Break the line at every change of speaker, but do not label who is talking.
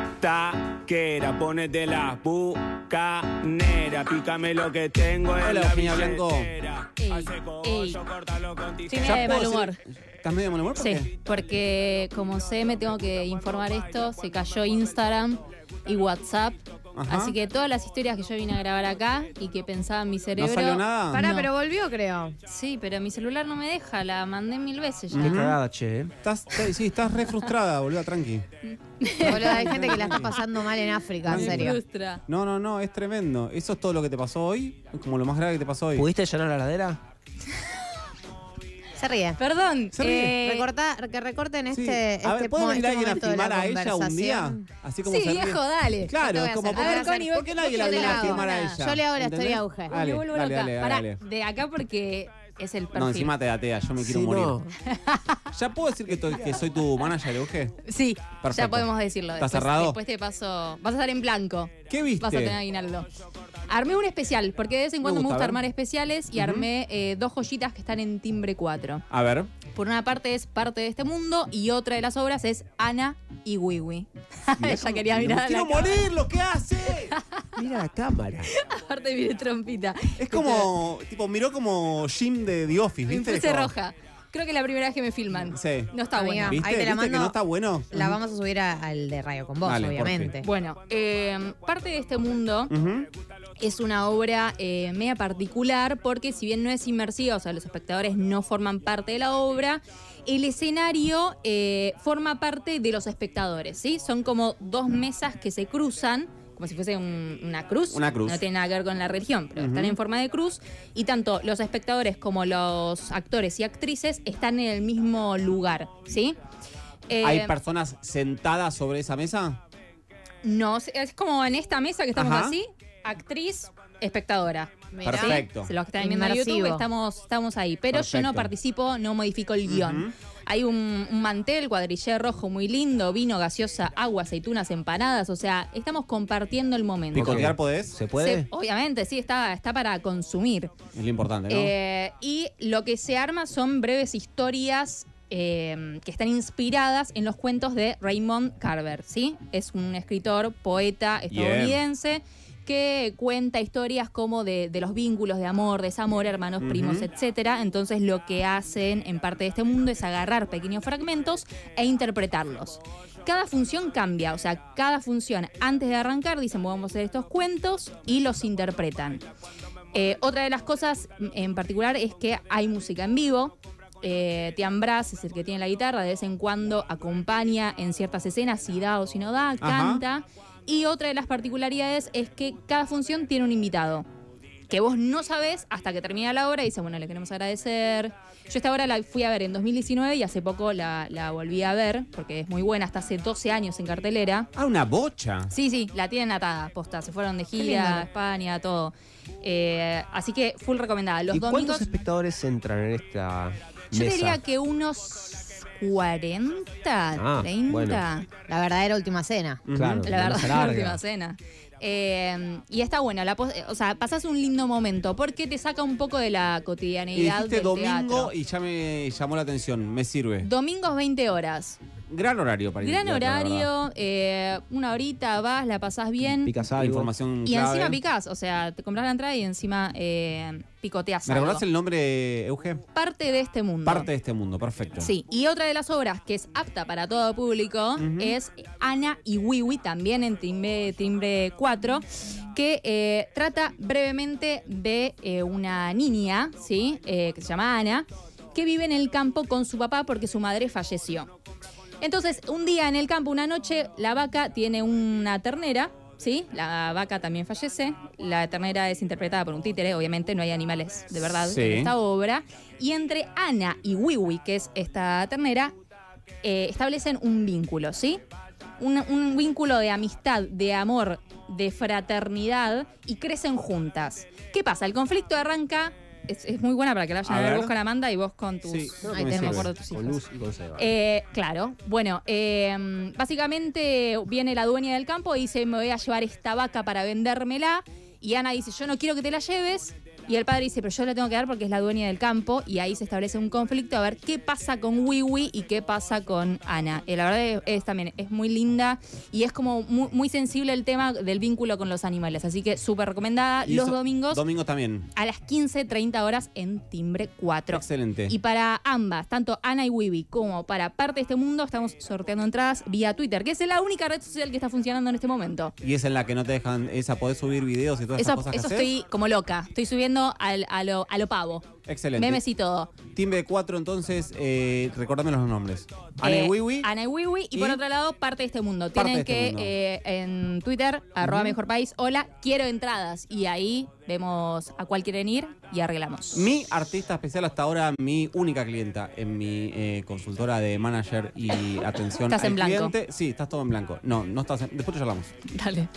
Butaquera, ponete la bucanera, pícame lo que tengo en
Hola,
la
Eugenia Blanco.
billetera.
Ey,
Hace
ey.
cogollo, córtalo con tijera.
Estoy media de mal
puedo
humor.
decir- ¿Estás medio de mal humor? ¿Por qué?
Sí, porque como sé, me tengo que informar esto. Se cayó Instagram y WhatsApp.
Ajá.
Así que todas las historias que yo vine a grabar acá y que pensaba en mi
¿No
cerebro.
salió nada?
Pará,
No.
pero volvió, creo.
Sí, pero mi celular no me deja, la mandé mil veces ya.
Qué cagada, che. eh. Estás, te- sí, estás re frustrada, boluda, tranqui.
Boludo, hay gente que la está pasando mal en África, en
Me
serio.
frustra.
No, no, no, es tremendo. Eso es todo lo que te pasó hoy, como lo más grave que te pasó hoy.
¿Pudiste llenar la ladera?
Se ríe.
Perdón.
Se ríe.
eh,
Recorta, que recorten
Sí.
este, este
a ver, ¿puede
mo-
venir
este
alguien a
momento de la
filmar a ella un día?
conversación?
Así como
sí,
se ríe.
viejo, dale.
Yo te
Claro,
voy a
como
hacer-
¿por
a
qué-
ver, Connie, vos-
¿por qué nadie la
yo te
viene
la
a
hago.
filmar a ella?
Yo le hago la historia
¿Entendés?
auge.
Dale,
me vuelvo
dale,
loca.
dale,
Pará,
dale.
de acá porque es el perfil.
No, encima te datea, yo me quiero
Sí,
morir.
no.
¿Ya puedo decir que, to- que soy tu manager, Euge?
Sí,
Perfecto.
ya podemos decirlo.
¿Está
Después,
cerrado?
Después te paso. Vas a estar en blanco.
¿Qué viste?
Vas a tener aguinaldo. Armé un especial, porque de vez en
Me
cuando me
gusta,
gusta
a ver.
armar especiales y armé eh, dos joyitas que están en timbre 4.
A ver.
Por una parte es parte de este mundo y otra de las obras es Ana y Wiwi. Ella quería
¡Me
mirar a la
quiero morir! ¿Lo que hace?
Mira la cámara.
parte mire trompita.
Es como, tipo, miró como Jim de The Office,
Me
¿viste?
puse
Como-
roja. Creo que es la primera vez que me filman.
Sí.
No está
Amiga.
bueno.
¿Viste?
Ahí te la
¿Viste que
mando.
no está bueno?
La vamos a subir a- al de Radio con vos,
Dale,
obviamente.
Bueno, eh, parte de este mundo
Ujú.
es una obra eh, media particular porque si bien no es inmersiva, o sea, los espectadores no forman parte de la obra, el escenario eh, forma parte de los espectadores, ¿sí? Son como dos mesas que se cruzan, como si fuese un- una cruz.
Una cruz.
No tiene nada que ver con la religión, pero están
Ujú.
en forma de cruz y tanto los espectadores como los actores y actrices están en el mismo lugar, ¿sí? Eh,
¿Hay personas sentadas sobre esa mesa?
no, es como en esta mesa que estamos
Ajá.
así, actriz, espectadora.
Mirá.
Perfecto.
Los que están viendo en
Inmersivo.
YouTube estamos, estamos ahí. Pero yo
Perfecto.
no participo, no modifico el guión.
Ujú.
Hay un, un mantel, cuadrillé rojo muy lindo, vino, gaseosa, agua, aceitunas, empanadas. O sea, estamos compartiendo el momento.
¿Picotear
Ok.
podés?
¿Se puede?
Se- obviamente, sí, está, está para consumir.
Es lo importante, ¿no?
Eh, y lo que se arma son breves historias eh, que están inspiradas en los cuentos de Raymond Carver, ¿sí? Es un escritor, poeta
Bien.
estadounidense que cuenta historias como de, de los vínculos de amor, desamor, hermanos, primos,
Ujú.
etcétera. Entonces lo que hacen en parte de este mundo es agarrar pequeños fragmentos e interpretarlos. Cada función cambia, o sea, cada función antes de arrancar dicen "Bueno, vamos a hacer estos cuentos y los interpretan. Eh, otra de las cosas m- en particular es que hay música en vivo. Eh, Tian Brass es el que tiene la guitarra, de vez en cuando acompaña en ciertas escenas, si da o si no da, canta. Y otra de las particularidades es que cada función tiene un invitado. Que vos no sabés hasta que termina la obra y dices, bueno, le queremos agradecer. Yo esta obra la fui a ver en 2019 y hace poco la, la volví a ver, porque es muy buena, hasta hace 12 años en cartelera.
Ah, una bocha.
Sí, sí, la tienen atada, posta. Se fueron de
lindo,
gira
¿no?
a España, todo. Eh, así que full recomendada. Los
¿Y
domingos,
cuántos espectadores entran en esta
yo
mesa?
diría que unos 40,
Ah,
30.
bueno.
La verdadera última cena.
Ujú.
Claro.
La verdad,
se
la
larga.
última cena. Eh, y está bueno, la pos- o sea, pasás un lindo momento porque te saca un poco de la
Y
cotidianeidad
dijiste
del
domingo
teatro.
y ya me llamó la atención, me sirve.
Domingos 20 horas.
Gran horario para ir al
Gran
teatro, la verdad.
horario, eh, una horita, vas, la pasás bien.
Picas algo.
Información
y
clave.
encima picás, o sea, te compras la entrada y encima eh, picoteas.
¿Me
algo.
recordás el nombre, Euge?
Parte de este mundo.
Parte de este mundo, perfecto.
Sí, y otra de las obras que es apta para todo público es Ana y Wiwi, también en timbre, timbre 4, que eh, trata brevemente de eh, una niña, ¿sí? Eh, que se llama Ana, que vive en el campo con su papá porque su madre falleció. Entonces, un día en el campo, una noche, la vaca tiene una ternera, ¿sí? La vaca también fallece. La ternera es interpretada por un títere, obviamente no hay animales de verdad
Sí.
en esta obra. Y entre Ana y Wiwi, que es esta ternera, eh, establecen un vínculo, ¿sí? Un, un vínculo de amistad, de amor, de fraternidad y crecen juntas. ¿Qué pasa? El conflicto arranca. Es, es muy buena para que la vayan
A
a ver
ver.
vos con Amanda y vos con tus.
Sí, creo que
Ahí
me
tenés, me
sirve.
acuerdo de tus hijos.
Con Luz y con Seba.
Eh, claro, bueno, eh, básicamente viene la dueña del campo y dice, me voy a llevar esta vaca para vendérmela. Y Ana dice, yo no quiero que te la lleves. Y el padre dice, pero yo le tengo que dar porque es la dueña del campo. Y ahí se establece un conflicto a ver qué pasa con Wiwi y qué pasa con Ana. Eh, la verdad es, es también, es muy linda y es como muy, muy sensible el tema del vínculo con los animales. Así que súper recomendada.
Y
Los
eso-
domingos
Domingos también.
a las 15.30 horas en Timbre 4.
Excelente.
Y para ambas, tanto Ana y Wibi como para parte de este mundo, estamos sorteando entradas vía Twitter, que es la única red social que está funcionando en este momento.
Y esa es la que no te dejan, esa podés subir videos y todas esas
Eso,
cosas que
eso
haces.
estoy como loca. Estoy subiendo al- a, lo, a lo pavo.
Excelente.
Memes y todo.
Timbre 4, entonces, eh, recordame los nombres.
Eh,
Ana Wiwi.
Ana y Wiwi. Y,
Y-
por otro lado, parte de este mundo.
Parte
Tienen
de este
que
mundo.
eh, en Twitter, arroba mejor país, hola, quiero entradas. Y ahí vemos a cuál quieren ir y arreglamos.
Mi artista especial hasta ahora, mi única clienta en mi eh, consultora de manager y atención
Estás
al
en blanco.
cliente. Sí, estás todo en blanco. No, no estás en... Después te charlamos.
Dale.